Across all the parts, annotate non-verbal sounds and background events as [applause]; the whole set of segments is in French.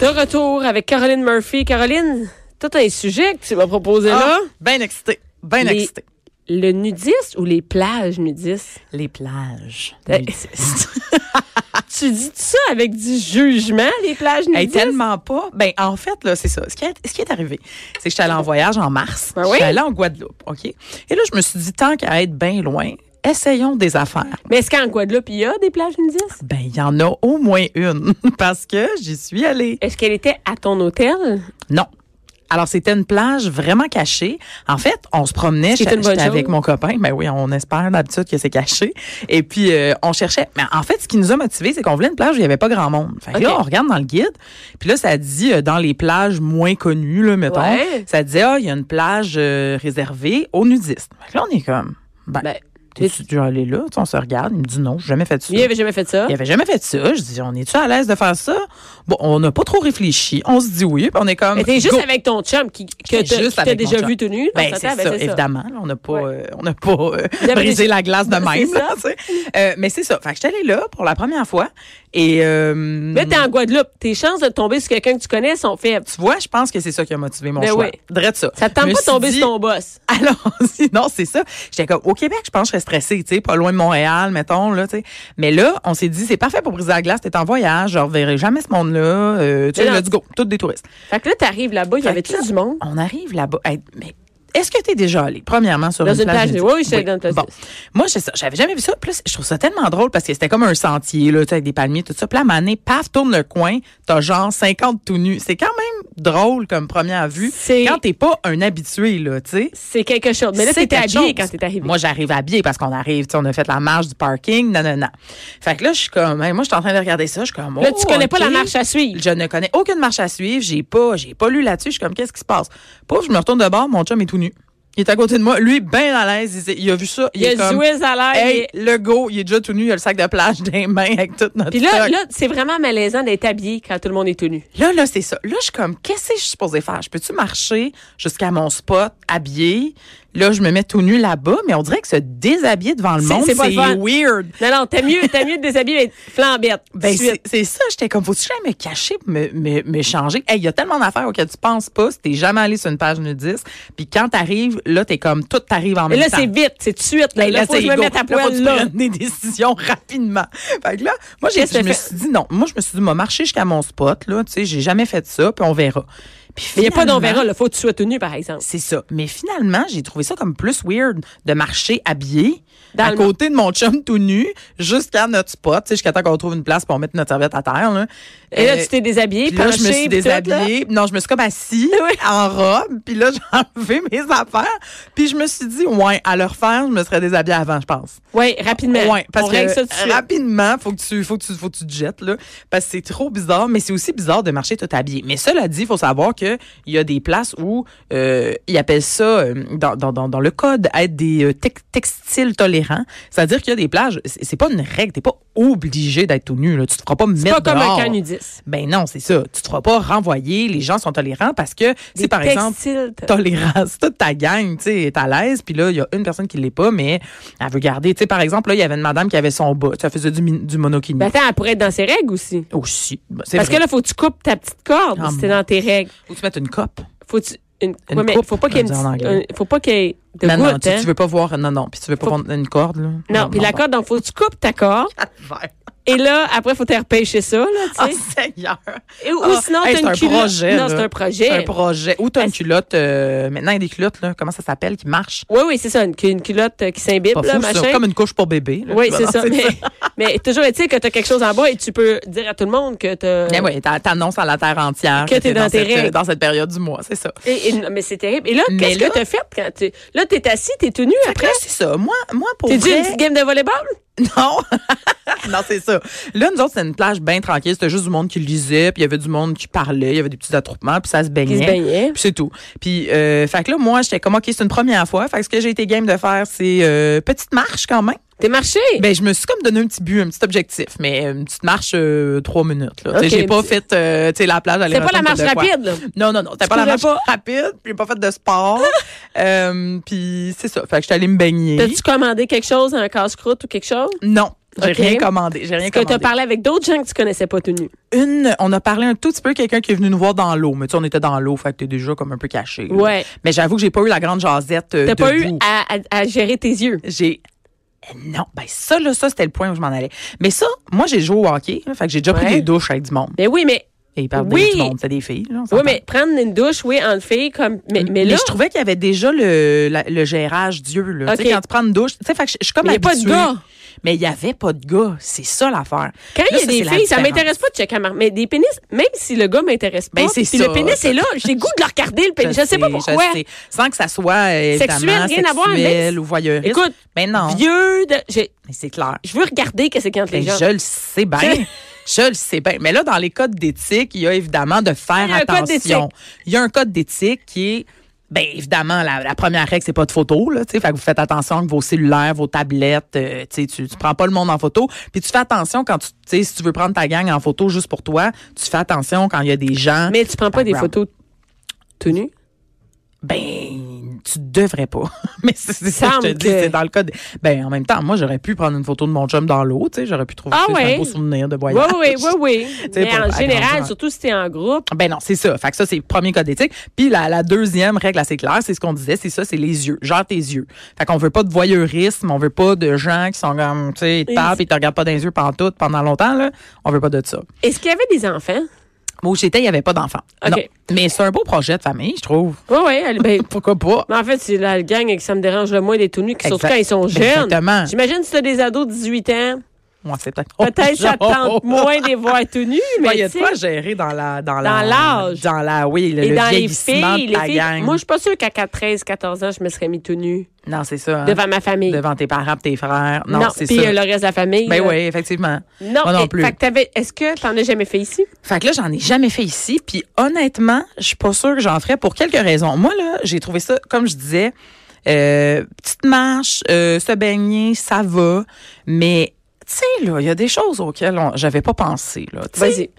De retour avec Caroline Murphy. Caroline, tout un sujet que tu m'as proposé là. Ah, Bien excité. Bien Les- excité. Le nudiste ou les plages nudistes? Les plages. Eh, c'est- [laughs] tu dis ça avec du jugement, les plages Hey, nudistes? tellement pas. Ben, en fait, là, c'est ça. Ce qui est, ce qui est arrivé, c'est que j'étais allée en voyage en mars. Ben je oui. suis allée en Guadeloupe, OK? Et là, je me suis dit, tant qu'à être bien loin, essayons des affaires. Mais est-ce qu'en Guadeloupe, il y a des plages nudistes? Ben, il y en a au moins une [laughs] parce que j'y suis allée. Est-ce qu'elle était à ton hôtel? Non. Alors, c'était une plage vraiment cachée. En fait, on se promenait, C'est j'étais une bonne j'étais avec chose. mon copain. Ben oui, on espère d'habitude que c'est caché. Et puis, euh, on cherchait. Mais en fait, ce qui nous a motivés, c'est qu'on voulait une plage où il n'y avait pas grand monde. Fait que Ok. là, on regarde dans le guide. Puis là, ça dit, euh, dans les plages moins connues, là, mettons, Ouais. ça disait, ah, il y a une plage euh, réservée aux nudistes. Fait que là, on est comme, ben, Ben, t'es-tu déjà allé là? Tu sais, on se regarde. Il me dit, non, j'ai jamais fait ça. il avait jamais fait ça. Il avait jamais fait ça. Je dis, on est-tu à l'aise de faire ça? Bon, on n'a pas trop réfléchi. On se dit oui, puis on est comme. Mais t'es juste go. avec ton chum qui, que J'étais t'as- juste qui t'a avec mon déjà chum. vu tout nu. dans Ben, sa c'est ça, table, ben, évidemment. là, on n'a pas, Ouais. euh, on n'a pas euh, Vous avez brisé déjà- la glace [laughs] de C'est même. ça. là, tu sais. Euh, mais c'est ça. Fait que j'étais allée là pour la première fois. Et euh, Là, t'es en Guadeloupe. Tes chances de tomber sur quelqu'un que tu connais sont faibles. tu vois, je pense que c'est ça qui a motivé mon Ben choix. oui. Drette ça. Ça te tente Je me pas de suis tomber dit- sur ton boss. Alors, [laughs] non, c'est ça. J'étais comme, au Québec, je pense que je serais stressée, tu sais, pas loin de Montréal, mettons, là, tu sais. Mais là, on s'est dit, c'est parfait pour briser la glace, t'es en voyage, je reverrai jamais ce monde-là, euh, tu Mais sais, non. let's go, toutes des touristes. Fait que là, t'arrives là-bas, il y Fait avait que là, tout du monde. On arrive là-bas. Hey, mais est-ce que tu es déjà allé, premièrement, sur Dans une plage plage? nudiste. nudiste? Oui, oui, j'étais allée dans une plage Bon. nudiste. Moi, j'ai ça- j'avais jamais vu ça. Plus, je trouve ça tellement drôle parce que c'était comme un sentier, là, tu sais, avec des palmiers, tout ça. Puis là, à un moment donné, paf, tourne le coin, t'as genre 50 tout nus. C'est quand même drôle comme première vue. C'est- Quand t'es pas un habitué, là, tu sais. C'est quelque chose. Mais là, C'est t'étais quelque habillé chose. quand t'es arrivé. Moi, j'arrive habillée parce qu'on arrive, tu sais, on a fait la marche du parking, non, non, non. Fait que là, je suis comme, hey, moi, je suis en train de regarder ça, je suis comme, Là, oh, tu connais pas ok. la marche à suivre. Je ne connais aucune marche à suivre. J'ai pas, j'ai pas lu là-dessus. Je suis comme, qu'est-ce qui se passe? Pouf, je me retourne de bord. Mon chum est tout nu. Il est à côté de moi. Lui, bien à l'aise. Il, s'est- il a vu ça. Il, Il y a est du comme, whiz à l'air. il hey, est- le go, Ah, il est déjà tout nu. Il a le sac de plage [laughs] dans les mains avec toute notre Puis là, stock. là c'est vraiment malaisant d'être habillé quand tout le monde est tout nu. Là, là, c'est ça. Là, je suis comme, qu'est-ce que je suis supposée faire? Je peux-tu marcher jusqu'à mon spot habillé? Là, je me mets tout nu là-bas, mais on dirait que se déshabiller devant le C'est- monde, c'est pas le fun. weird. Non, non, t'as mieux, t'as mieux de déshabiller et être flambette. Ben, Suite. c'est c'est ça, j'étais comme, faut-tu jamais me cacher, pour me, me, me changer? Hey, il y a tellement d'affaires auxquelles tu penses pas si t'es jamais allé sur une page nudiste. Puis quand t'arrives, là, t'es comme, tout t'arrive en Mais même là, temps. c'est vite, c'est tout de suite. Là, Hey, là, faut que c'est je me go. mette à Ben, Là, faut que poil tu là. prennes des décisions [laughs] rapidement. Fait que là, moi, j'ai, Qu'est-ce que je me t'as suis dit non. Moi, je me suis dit, m'a marché jusqu'à mon spot, là, tu sais, j'ai jamais fait ça, puis on verra. Puis Mais il n'y a pas finalement- d'on verra, là. Faut que tu sois tenu, par exemple. C'est ça. Mais finalement, j'ai trouvé ça comme plus weird de marcher habillé Dans à le- côté de mon chum tout nu jusqu'à notre spot, tu sais, jusqu'à temps qu'on trouve une place pour mettre notre serviette à terre. Là. Et là, Euh, tu t'es déshabillé, puis là, je me suis déshabillé. déshabillée. Non, je me suis comme assise en robe. Puis là, [laughs] j'ai enlevé mes affaires. Puis je me suis dit, ouais, à leur faire, je me serais déshabillée avant, je pense. Oui, rapidement. Ouais, parce On règle ça tout de que suite. rapidement, faut que tu, faut que tu, faut que tu te jettes là, parce que c'est trop bizarre. Mais c'est aussi bizarre de marcher tout habillé. Mais cela dit, faut savoir que il y a des places où euh, ils appellent ça euh, dans, dans, dans, dans le code être des euh, tex- textiles tolérants. C'est-à-dire qu'il y a des plages. C'est c'est pas une règle. T'es pas obligé d'être tout nu. Là. Tu te feras pas C'est mettre pas comme un dehors. camp nudiste. Ben non, c'est ça. Tu te feras pas renvoyer. Les gens sont tolérants parce que Des c'est par exemple textiles, t'as- tolérance. Toute ta gang, tu sais, est à l'aise. Puis là, il y a une personne qui l'est pas, mais elle veut garder. Tu sais, par exemple, là, il y avait une madame qui avait son bas. Ça faisait du, min- du monokini. Ben, attends, elle pourrait être dans ses règles aussi. Aussi. Ben, c'est Parce vrai. que là, faut que tu coupes ta petite corde Ah, si t'es mon- dans tes règles. Faut que tu mettes une cope. Faut tu une, Une ouais, mais coupe, faut pas qu'il y ait on dit en une petite- anglais. un- faut pas qu'il y ait de non, non, goutte, tu, hein. tu veux pas voir. Non, non. Puis tu veux pas Faut- prendre une corde, là. Non, puis la corde, donc faut que tu coupes ta corde. Et là, après, faut te repêcher ça, là, tu Oh, sais. Seigneur. Et- ou Ah, sinon, hey, t'as c'est une un culotte. projet, non, là. c'est un C'est projet. un projet. Ou t'as une Est-ce- culotte. euh, maintenant, il y a des culottes, là. Comment ça s'appelle, qui marche? Oui, oui, c'est ça, une, une culotte euh, qui s'imbibe, Pas là, fou, machin. ça. Comme une couche pour bébé. là. Oui, Tu vas c'est dans- [laughs] ça. Mais, mais toujours est-il que t'as quelque chose en bas et tu peux dire à tout le monde que t'as... Eh oui, t'a- t'annonces à la terre entière Que t'es dans tes cette, euh, règles. dans cette période du mois, c'est ça. Et- et- mais c'est terrible. Et là, Mais qu'est-ce là- que t'as fait quand tu... Là, t'es assis, t'es tenu après. Après, c'est ça. Moi, moi pour T'es dû une vrai, petite game de volleyball? [laughs] non. non, c'est ça. Là, nous autres, c'était une plage bien tranquille. C'était juste du monde qui lisait, puis il y avait du monde qui parlait, il y avait des petits attroupements, puis ça Qui se se baignait. baignait. Puis c'est tout. Puis, euh, fait que là, moi, j'étais comme, OK, c'est une première fois. Fait que ce que j'ai été game de faire, c'est euh, petite marche quand même. T'es marché? Ben, je me suis comme donné un petit but, un petit objectif, mais une petite marche euh, trois minutes. Là. OK, Tu sais, j'ai une pas petite- fait euh, tu sais, la plage. C'est pas la aller-retour marche que deux fois. rapide, là. Non, non, non. T'as Tu pas la courais marche pas. rapide, puis j'ai pas fait [laughs] de sport. euh, puis c'est ça. Fait que j'étais allée me baigner. T'as-tu commandé quelque chose, un casse-croûte ou quelque chose? Non. J'ai Ok. rien commandé. J'ai Est-ce rien que tu as commandé. Euh, parlé avec d'autres gens que tu connaissais pas tenus? Une, on a parlé un tout petit peu à quelqu'un qui est venu nous voir dans l'eau. Mais tu sais, on était dans l'eau, fait que t'es déjà comme un peu caché. là. Ouais. Mais j'avoue que j'ai pas eu la grande jasette euh, T'as de pas eu vous. à, à- à gérer tes yeux. J'ai non, ben ça là, ça c'était le point où je m'en allais. Mais ça, moi j'ai joué au hockey, là, fait que j'ai déjà Ouais. pris des douches avec du monde. Mais Ben oui, mais, Et ils parlent Oui. du monde, c'est des filles. Là, on oui, s'entend. mais prendre une douche, oui, en fille, comme. Mais, mais Mais là, je trouvais qu'il y avait déjà le, la- le gérage Dieu. Là. Tu sais, Ok. Quand tu prends une douche, tu sais, fait que je je suis comme mais il n'y a pas de habituée. gars. Mais il n'y avait pas de gars. C'est ça l'affaire. Quand il y Là, a ça, des c'est la filles, ça différence. m'intéresse pas de checker à mar- Mais des pénis, même si le gars m'intéresse pas, Ben, c'est puis ça. le pénis est là, j'ai le goût de le regarder, le pénis. Je, sais pas pourquoi. je sais. Sans que ça soit euh, évidemment, Sexuel, rien à voir, mais- sexuel ou voyeuriste. Écoute, mais non. vieux, de, j'ai- Mais c'est clair. je veux regarder qu'est-ce qu'il y a entre les gens. Ben, je le sais bien. Je le sais bien. Mais là, dans les codes d'éthique, il y a évidemment de faire Il y a un code attention. Il y a un code d'éthique qui est. Bien, évidemment, la, la première règle, c'est pas de photo. Là, tu sais. fait que vous faites attention avec vos cellulaires, vos tablettes. euh, tu sais, tu tu prends pas le monde en photo. Puis tu fais attention quand tu, tu sais, si tu veux prendre ta gang en photo juste pour toi, tu fais attention quand il y a des gens. Mais tu prends pas des Background. photos tenues. Ben, tu devrais pas. [laughs] Mais c'est c'est ça que je Semble te dis, que- c'est dans le code. Ben, en même temps, moi, j'aurais pu prendre une photo de mon chum dans l'eau, tu sais, j'aurais pu trouver Ah ça, c'est ouais. un beau souvenir de Oui, voyage. oui, oui, oui. sais, Mais pour en agrandir. général, surtout si t'es en groupe. Ben non, c'est ça. Fait que ça, c'est le premier code d'éthique. Puis la, la deuxième règle assez claire, c'est ce qu'on disait, c'est ça, c'est les yeux. Gère tes yeux. Fait qu'on veut pas de voyeurisme, on veut pas de gens qui sont comme, tu sais, ils te Et- tapent et te regardent pas dans les yeux pendant tout, pendant longtemps, là. On veut pas de ça. Est-ce qu'il y avait des enfants? Moi, où j'étais, il y avait pas d'enfants. OK. Non. Mais c'est un beau projet de famille, je trouve. Oui, oui. Ben, Pourquoi pas? mais en fait, c'est la gang que ça me dérange le moins des tenues, qui, surtout Exact- quand ils sont jeunes. Exactement. J'imagine si t'as des ados de 18 ans, Moi, c'est peut-être. peut-être ça te tente moins des voir tenues, mais Oh, Ouais, il y a de Bah, tu quoi sais, à gérer dans la dans, la- Dans l'âge. dans la oui le, Et le dans les filles, vieillissement de les ta filles- gang. moi, je suis pas sûre qu'à 4, 13, 14 ans, je me serais mis tout nu non c'est ça hein. devant ma famille. devant tes parents, pis tes frères. Non, c'est puis ça. euh, le reste de la famille. ben là. oui, effectivement. Non, Moi non et- plus. fait que t'avais- est-ce que t'en as jamais fait ici? Fait que là j'en ai jamais fait ici puis honnêtement, je suis pas sûre que j'en ferais pour quelques raisons. Moi là, j'ai trouvé ça comme je disais euh, petite marche, euh, se baigner, ça va, mais tu sais là, il y a des choses auxquelles on- j'avais pas pensé là. Tu sais, Vas-y.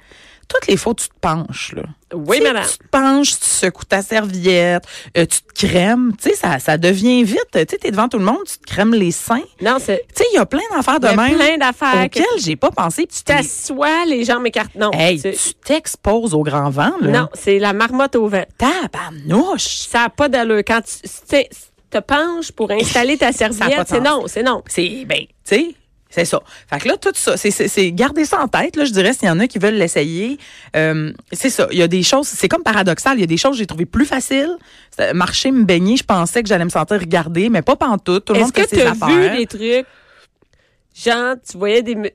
toutes les fois où tu te penches là. Oui, Tu sais, madame. Tu te penches, tu secoues ta serviette, euh, tu te crèmes. Tu sais, ça, ça devient vite. Tu sais, t'es devant tout le monde, tu te crèmes les seins. Non, c'est Tu sais, il y a plein d'affaires de il y a même plein d'affaires. que auxquelles j'ai pas pensé. Puis Tu Tu t'as- t'assois, les jambes écartées. Non, Hey, c'est- tu t'exposes au grand vent, là. non c'est la marmotte au vent. Tabarnouche! Ça n'a pas d'allure. Quand tu tu sais, tu te penches pour installer [laughs] ta pas serviette, de c'est sens. non, c'est non. C'est, ben, tu sais, c'est ça. Fait que là, tout ça, c'est- c'est c'est- garder ça en tête, là, je dirais, s'il y en a qui veulent l'essayer. Euh, c'est ça. Il y a des choses, c'est comme paradoxal. Il y a des choses que j'ai trouvées plus faciles. C'est- euh, Marcher, me baigner, je pensais que j'allais me sentir regardée, mais pas pantoute. Tout le Est-ce monde que fait tu ses as vu affaires. des trucs? Genre, tu voyais des. mu-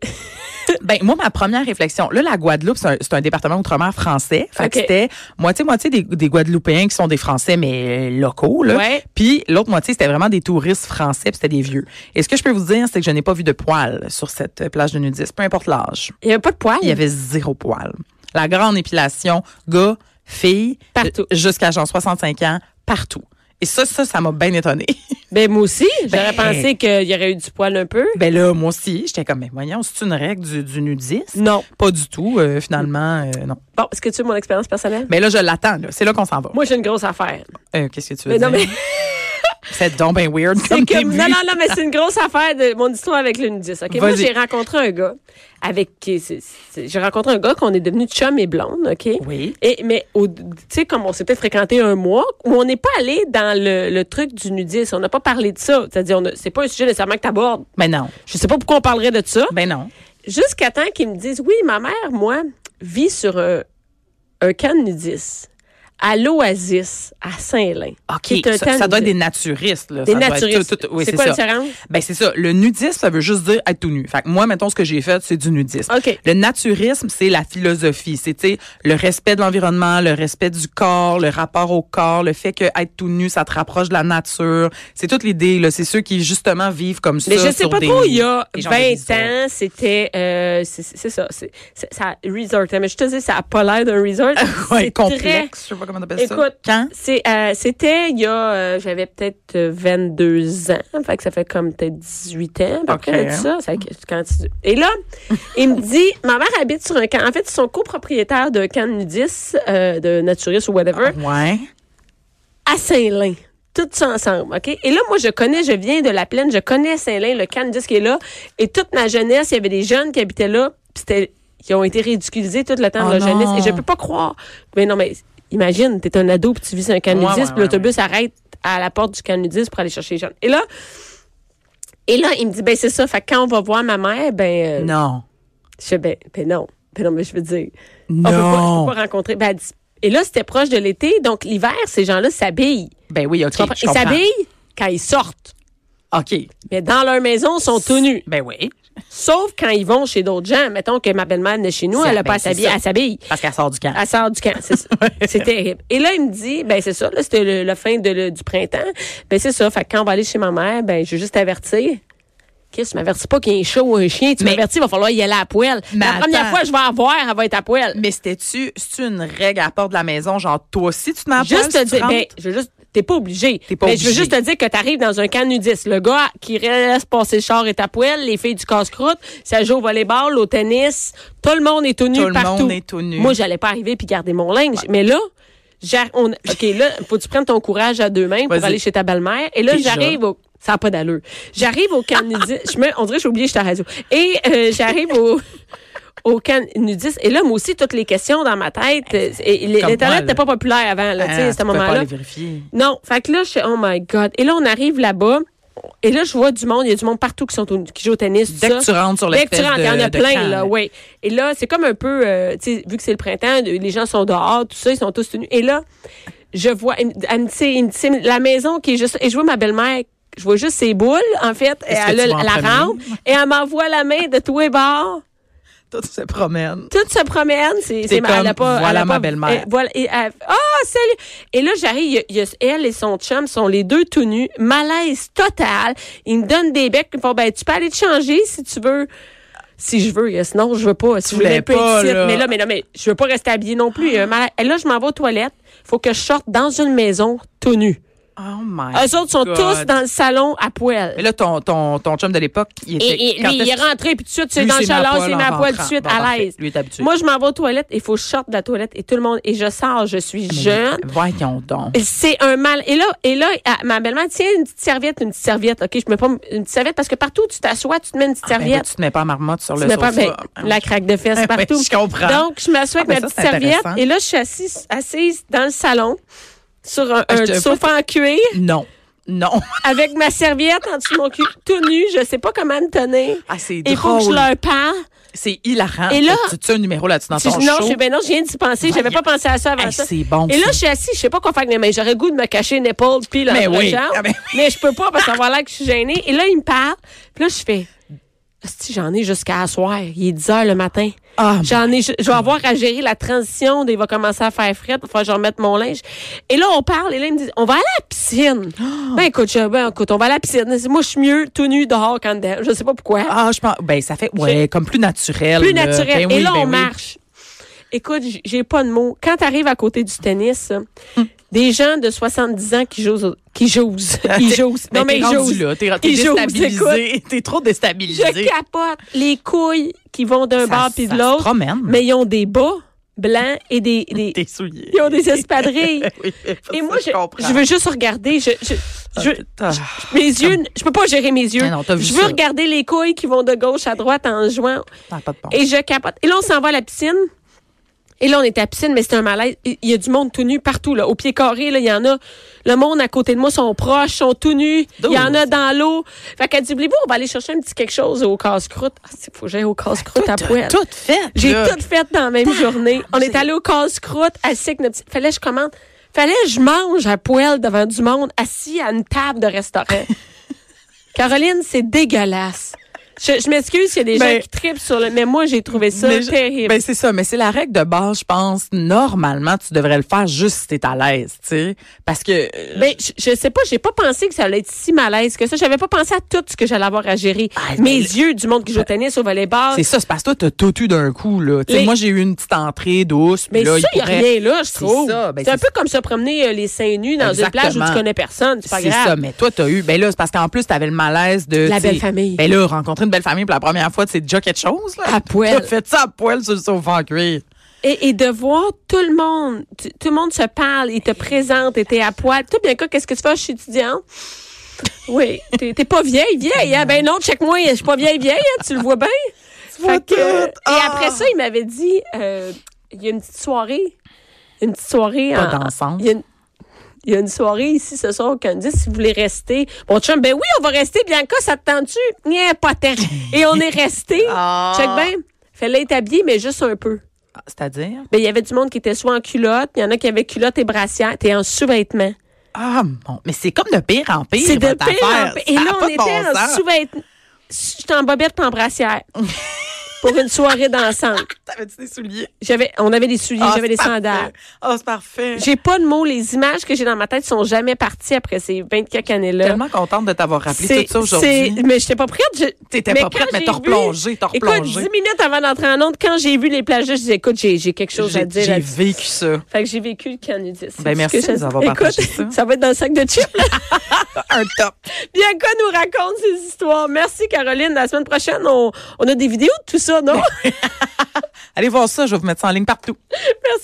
Ben, moi, ma première réflexion, là, la Guadeloupe, c'est un, c'est un département outre-mer français. Fait que Ok. c'était moitié-moitié des, des Guadeloupéens qui sont des Français, mais euh, locaux, là. Ouais. Puis l'autre moitié, c'était vraiment des touristes français, puis c'était des vieux. Et ce que je peux vous dire, c'est que je n'ai pas vu de poils sur cette euh, plage de nudistes, peu importe l'âge. Il n'y avait pas de poils. Il y avait zéro poil. La grande épilation, gars, filles, Partout. euh, jusqu'à genre 65 ans, partout. Et ça, ça, ça m'a bien étonnée. [laughs] Ben, moi aussi, j'aurais Ben- pensé qu'il y aurait eu du poil un peu. ben là, moi aussi, j'étais comme, mais voyons, c'est une règle du, du nudisme? Non. Pas du tout, euh, finalement, euh, non. Bon, est-ce que tu veux mon expérience personnelle? Mais là, je l'attends. là. C'est là qu'on s'en va. Moi, j'ai une grosse affaire. Euh, Qu'est-ce que tu veux Mais non, dire? mais [laughs] C'est donc bien weird c'est comme que- début. non, non, non, mais c'est une grosse affaire de mon histoire avec le nudiste. OK? Moi, Vas-y. j'ai rencontré un gars avec qui. c'est- c'est- J'ai rencontré un gars qu'on est devenu chum et blonde, OK? Oui. Et, mais, au- tu sais, comme on s'est peut-être fréquenté un mois, où on n'est pas allé dans le, le truc du nudisme. On n'a pas parlé de ça. C'est-à-dire, on a- c'est pas un sujet nécessairement que tu abordes. Ben non. Je sais pas pourquoi on parlerait de ça. Ben non. Jusqu'à temps qu'ils me disent Oui, ma mère, moi, vit sur un, un camp de nudistes à l'Oasis, à Saint-Lin. OK. C'est un Ça, ça terme doit être de- des naturistes. Là. Des Ça doit être naturistes. tout- tout- oui, c'est c'est quoi ça. la différence? Ben c'est ça. Le nudisme, ça veut juste dire être tout nu. Fait que moi, mettons, ce que j'ai fait, c'est du nudisme. OK. Le naturisme, c'est la philosophie. C'est tu sais, le respect de l'environnement, le respect du corps, le rapport au corps, le fait que être tout nu, ça te rapproche de la nature. C'est toute l'idée. là. C'est ceux qui, justement, vivent comme ça. Mais je sais sur pas des- trop, il y a des gens 20 déserts. ans, c'était. euh, c'est c'est ça. c'est- c'est- Ça resort. Mais je te dis, ça a pas l'air d'un resort. [laughs] Ouais, C'est très- complexe. Je sais pas comment on appelle ça. Écoute, Quand? c'est, euh, c'était il y a, euh, j'avais peut-être euh, 22 ans, fait que ça fait comme peut-être 18 ans, à peu Ok. près, tout ça. ça fait que quand tu- Et là, il me dit, ma mère habite sur un camp. En fait, ils sont copropriétaires d'un camp de nudistes, euh, de naturistes ou whatever, Ouais. à Saint-Lin. tout ça ensemble, OK? Et là, moi, je connais, je viens de la plaine, je connais Saint-Lin, le Candice qui est là. Et toute ma jeunesse, il y avait des jeunes qui habitaient là, puis c'était, qui ont été ridiculisés tout le temps de Oh leur jeunesse. non. Et je peux pas croire. Mais non, mais imagine, t'es un ado, puis tu vis sur un Canudis, Ouais, ouais, puis l'autobus arrête à la porte du Canudis pour aller chercher les jeunes. Et là, et là, il me dit, ben c'est ça, fait que quand on va voir ma mère, ben, euh, Non. je fais, ben, ben non, ben non, mais je veux dire, on peut pas, on Non. peut pas rencontrer. Ben, elle dit- et là, c'était proche de l'été, donc l'hiver, ces gens-là s'habillent. Ben oui, OK. Tu comprends? je Ils comprends. s'habillent quand ils sortent. OK. Mais dans leur maison, ils sont tout nus. Ben oui. Sauf quand ils vont chez d'autres gens. Mettons que ma belle-mère venait chez nous, C'est- elle n'a ben, pas à c'est s'habiller, ça. elle s'habille. Parce qu'elle sort du camp. Elle sort du camp. C'est [laughs] ça. C'est terrible. Et là, il me dit, ben c'est ça, là, c'était le- la fin de- le- du printemps. Ben c'est ça. Fait que quand on va aller chez ma mère, ben je vais juste t'avertir. Qu'est-ce tu m'avertis pas qu'il y a un chat ou un chien. Tu Mais- m'avertis, il va falloir y aller à poêle. Mais La première attends. fois que je vais avoir, elle va être à poêle. Mais c'était-tu c'est-tu une règle à la porte de la maison, genre toi aussi tu te mets à poil Juste si te tu dire, rentres? ben, je veux juste, t'es pas obligé. T'es pas mais je veux obligé. juste te dire que t'arrives dans un camp nudiste. Le gars qui laisse passer le char est à poêle, les filles du casse-croûte, ça joue au volleyball, au tennis, tout le monde est tout nu Tout le partout. monde est tout nu. Moi, j'allais pas arriver puis garder mon linge. Mais là, j'ar- on, OK, là, faut que tu prennes ton courage à deux mains pour Vas-y. aller chez ta belle-mère. Et là, Déjà. j'arrive au, ça n'a pas d'allure. J'arrive au camp nudiste. Je me, on dirait que j'ai oublié, j'étais à la radio. Et, euh, j'arrive au, au camp nudiste. Et là, moi aussi, toutes les questions dans ma tête. euh, et- et Comme moi, L'Internet là. n'était pas populaire avant, là, ben, tu sais, Ah, à tu ce peux pas moment-là. aller vérifier. Non, fait que là, je suis, oh my God. Et là, on arrive là-bas. Et là, je vois du monde. Il y a du monde partout qui, sont au- qui joue au tennis. tout Dès ça. que tu rentres sur Dès l'espèce que tu rentres, il y en a de- de plein, camp, là, oui. Et là, c'est comme un peu, euh, tu sais, vu que c'est le printemps, de- les gens sont dehors, tout ça, ils sont tous tenus. Et là, je vois, elle me- elle me dit, c'est- elle me dit, c'est la maison qui est juste, et je vois ma belle-mère, je vois juste ses boules, en fait, et Qu'est-ce que elle a tu la vois en premier? rampe, et elle m'envoie la main de tous les bords. Toi tu te promènes. Tout se promène. C'est, T'es c'est comme, elle a pas, voilà elle a ma pas- belle-mère. elle- voilà, et elle- Ah, salut! Et là, j'arrive, il y a- il y a elle et son chum sont les deux tout nus, malaise total. Ils me donnent des becs, ils me font, ben, tu peux aller te changer si tu veux. Si je veux, yes. non, je veux pas. Si je veux voulais un peu pas, ici. là. Mais là, mais là, mais je veux pas rester habillée non plus. il y a un malaise. Et là, je m'en vais aux toilettes. Faut que je sorte dans une maison tout nu. Oh my. Eux autres sont God. tous dans le salon à poêle. Mais là ton ton ton chum de l'époque, il était Et, et quand lui, il est-ce est rentré, puis tout de suite, c'est Lui, dans le c'est ma chaleur, poêle c'est en ma poêle tout de rentrant. suite, Bon, à parfait. l'aise. Lui est habitué. Ah, Moi, je m'en vais aux toilettes, il faut que je sorte de la toilette, et tout le monde, et je sors, je suis Ah, Mais jeune. Voyons donc. Et C'est un mal. Et là, et là, ah, ma belle-mère, tiens, une petite serviette, une petite serviette, OK? Je mets pas une petite serviette parce que partout où tu t'assois, tu te mets une petite Ben, serviette. tu te mets pas à marmotte sur le Tu mets pas, sofa. ben, la craque de [laughs] fesses Ben, partout. je comprends. Donc, je m'assois Ah, avec ben, ma ça, petite c'est serviette, intéressant. et là, je suis assise, assise dans le salon, sur un, Ah, je un te vois, sofa en cuir, Non. Non. avec ma serviette en dessous de mon cul, tout nu, je sais pas comment me tenir. Ah, c'est [laughs] Il faut que je drôle. leur parle. C'est hilarant. Et là- tu tu as un numéro là-dessus dans Tu- ton non, show. je, ben non, je viens d'y penser. J'avais pas pensé à ça avant Hey, ça. c'est bon, Et là, ça. je suis assise. Je sais pas quoi faire avec mes mains. J'aurais le goût de me cacher une épaule puis le Mais le oui. genre. Ah, ben oui. Mais je peux pas parce que ça va l'air que je suis gênée. Et là, il me parle. Puis là, je fais. Si j'en ai jusqu'à la soir, il est 10 heures le matin. Ah, j'en ai, je, je vais avoir à gérer la transition. de- Il va commencer à faire fret. Il faut que je remette mon linge. Et là, on parle. Et là, il me dit, on va aller à la [gasps] piscine. Ben, écoute, je- ben, écoute, on va aller à la piscine. Moi, je suis mieux tout nu dehors qu'en dedans. Je sais pas pourquoi. Ah, je pense. Ben, ça fait. Ouais, comme plus naturel. Plus là. naturel. Ben et oui, là, ben on oui. marche. Écoute, j- j'ai pas de mots. Quand t'arrives à côté du tennis, euh, Hum. des gens de 70 ans qui jouent, au- qui [laughs] jouent, ils jouent. Ben, Non, mais t'es ils rendu jouent. [laughs] là, T'es t'es Ils jouent, déstabilisé. T'es trop Je déstabilisé. capote les couilles qui vont d'un Ça- bord puis ça de se l'autre, promène. mais ils ont des bas blancs et [laughs] des, des- T'es souillé. ils ont des espadrilles. [laughs] Oui, et ça, moi, je, comprends. je veux juste regarder. Je, je- je- Ah, mes yeux, je peux pas gérer mes yeux. Ah non, t'as vu je veux ça. regarder les couilles qui vont de gauche à droite en jouant. t'as pas de bon. Et je capote. Et là, on s'en va à la piscine. Et là, on est à la piscine, mais c'est un malaise. Il il y a du monde tout nu partout, là. Au pied carré, là, il y en a. Le monde à côté de moi sont proches, sont tout nus. Il y en a dans l'eau. Fait qu'elle dit, voulez-vous, on va aller chercher un petit quelque chose au casse-croûte. Ah, c'est faut que j'aille au casse-croûte à T'as poêle. tout fait. J'ai là. tout fait dans la même journée. On est allé au casse-croûte, assis avec notre petit... Fallait que je commande. Fallait que je mange à poêle devant du monde, assis à une table de restaurant. [laughs] Caroline, c'est dégueulasse. Je, je m'excuse s'il y a des Ben- gens qui tripent sur le... Mais moi, j'ai trouvé ça Mais je- terrible. Ben, c'est ça, mais c'est la règle de base, je pense. Normalement, tu devrais le faire juste si t'es à l'aise, tu sais. Parce que. euh, Ben, je, je sais pas, j'ai pas pensé que ça allait être si malaise que ça. J'avais pas pensé à tout ce que j'allais avoir à gérer. Ah, Mes mais- Ben, yeux, du monde qui joue au tennis, au volleyball. c'est ça, c'est parce que toi, t'as tout eu d'un coup, là. Tu sais, Les- Moi, j'ai eu une petite entrée douce. puis Mais là, ça, il il y a pourrait- rien là, je trouve. ça, ben, c'est un c'est- peu comme se promener euh, les seins nus dans une plage où tu Exactement. connais personne. C'est pas C'est grave. ça, mais toi, t'as eu. Ben là, c'est parce qu'en plus, t'avais le malaise de. La tu sais, belle famille. Ben là, rencontrer une belle famille pour la première fois, c'est déjà quelque chose, là. À poêle. T'as fait ça à poêle sur le sofa en cuir. Et, et de voir tout le monde, tu- tout le monde se parle, il te présente, et t'es à poil. Tout bien quoi, qu'est-ce que tu fais? Je suis étudiante. Oui, t'es t'es pas vieille, vieille. Hein? Ben non, check-moi, je suis pas vieille, vieille. hein, tu le vois bien. vois Fait que- tout. Et Ah! après ça, il m'avait dit, euh, il y a une petite soirée, une petite soirée Pas en- d'ensemble. il y a une- il y a une soirée ici ce soir au Candice, si vous voulez rester. Mon chum, ben oui, on va rester. Bianca, ça te tente-tu? Nien, pas tant. Et on est resté. Ah. Check bien. Fallait être habillé, mais juste un peu. C'est-à-dire? Ben, il y avait du monde qui était soit en culotte, il y en a qui avaient culotte et brassière, t'es en sous-vêtements. Ah, bon. Mais c'est comme de pire en pire. C'est de votre pire en affaire. pire. Ça Et a là, on pas de était bon en sens. sous-vêtements. J'étais en bobette puis en [laughs] brassière. pour une soirée dansante. T'avais-tu des souliers? J'avais, on avait des souliers, Ah, j'avais des c'est parfait. sandales. Ah, c'est parfait. J'ai pas de mots. Les images que j'ai dans ma tête sont jamais parties après ces 24 années-là. tellement contente de t'avoir rappelé C'est- tout ça aujourd'hui. c'est- Mais j'étais pas prête. Je... T'étais pas prête, quand mais j'ai t'as vu- replongé, t'as Écoute, replongé. 10 minutes avant d'entrer en onde, quand j'ai vu les plages, je disais, écoute, j'ai j'ai quelque chose à J'ai dire. j'ai là-dessus. vécu ça. Fait que j'ai vécu le canudis. C'est Ben, tout merci ce que de nous je- [laughs] avoir Écoute, partagé ça. ça va être dans le sac de chips. là. Un top. Bianca nous raconte ses histoires. Merci, Caroline. La semaine prochaine, on, on a des vidéos de tout ça, non? [laughs] Allez voir ça, je vais vous mettre ça en ligne partout. Merci.